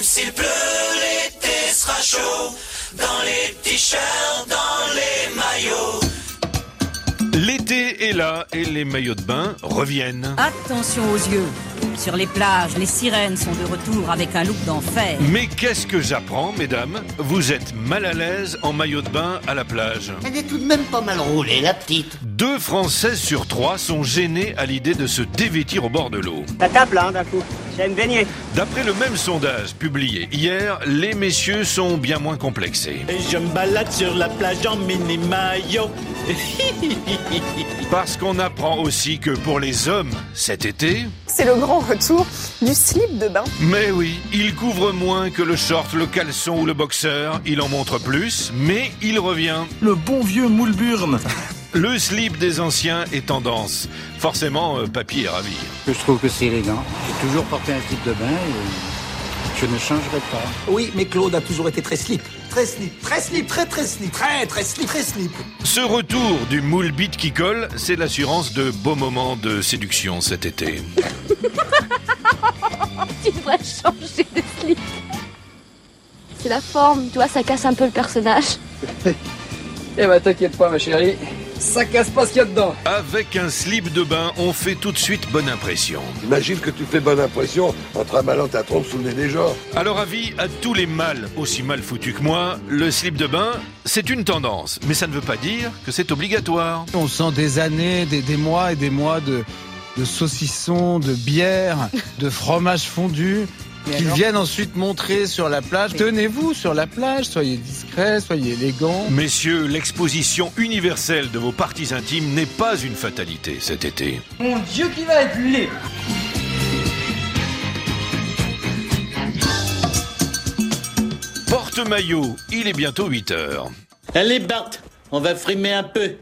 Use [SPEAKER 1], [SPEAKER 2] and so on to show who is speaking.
[SPEAKER 1] S'il pleut, l'été sera chaud. Dans les t-shirts, dans les maillots.
[SPEAKER 2] L'été est là et les maillots de bain reviennent.
[SPEAKER 3] Attention aux yeux. Sur les plages, les sirènes sont de retour avec un look d'enfer.
[SPEAKER 2] Mais qu'est-ce que j'apprends, mesdames Vous êtes mal à l'aise en maillot de bain à la plage.
[SPEAKER 4] Elle est tout de même pas mal roulée, la petite.
[SPEAKER 2] Deux Françaises sur trois sont gênées à l'idée de se dévêtir au bord de l'eau.
[SPEAKER 5] Ça tape là, hein, d'un coup. J'aime baigner.
[SPEAKER 2] D'après le même sondage publié hier, les messieurs sont bien moins complexés.
[SPEAKER 6] Et je me balade sur la plage en mini-maillot.
[SPEAKER 2] Parce qu'on apprend aussi que pour les hommes, cet été...
[SPEAKER 7] C'est le grand retour du slip de bain.
[SPEAKER 2] Mais oui, il couvre moins que le short, le caleçon ou le boxeur. Il en montre plus, mais il revient.
[SPEAKER 8] Le bon vieux moulburne.
[SPEAKER 2] Le slip des anciens est tendance. Forcément, euh, papy est ravi.
[SPEAKER 9] Je trouve que c'est élégant. J'ai toujours porté un slip de bain et je ne changerai pas.
[SPEAKER 10] Oui, mais Claude a toujours été très slip. Très slip, très slip, très très slip, très très slip, très slip.
[SPEAKER 2] Ce retour du moule bit qui colle, c'est l'assurance de beaux moments de séduction cet été.
[SPEAKER 11] tu devrais changer de slip. C'est la forme, tu vois, ça casse un peu le personnage.
[SPEAKER 12] Eh bah t'inquiète pas ma chérie, ça casse pas ce qu'il y a dedans.
[SPEAKER 2] Avec un slip de bain, on fait tout de suite bonne impression.
[SPEAKER 13] Imagine que tu fais bonne impression en trimballant ta trompe sous le nez des gens.
[SPEAKER 2] Alors avis à tous les mâles aussi mal foutus que moi, le slip de bain, c'est une tendance, mais ça ne veut pas dire que c'est obligatoire.
[SPEAKER 14] On sent des années, des, des mois et des mois de, de saucissons, de bière, de fromage fondu. Qu'ils viennent ensuite montrer sur la plage. Tenez-vous sur la plage, soyez discret, soyez élégant.
[SPEAKER 2] Messieurs, l'exposition universelle de vos parties intimes n'est pas une fatalité cet été.
[SPEAKER 12] Mon Dieu qui va être laid
[SPEAKER 2] Porte-maillot, il est bientôt 8 heures.
[SPEAKER 15] Allez Bart, on va frimer un peu.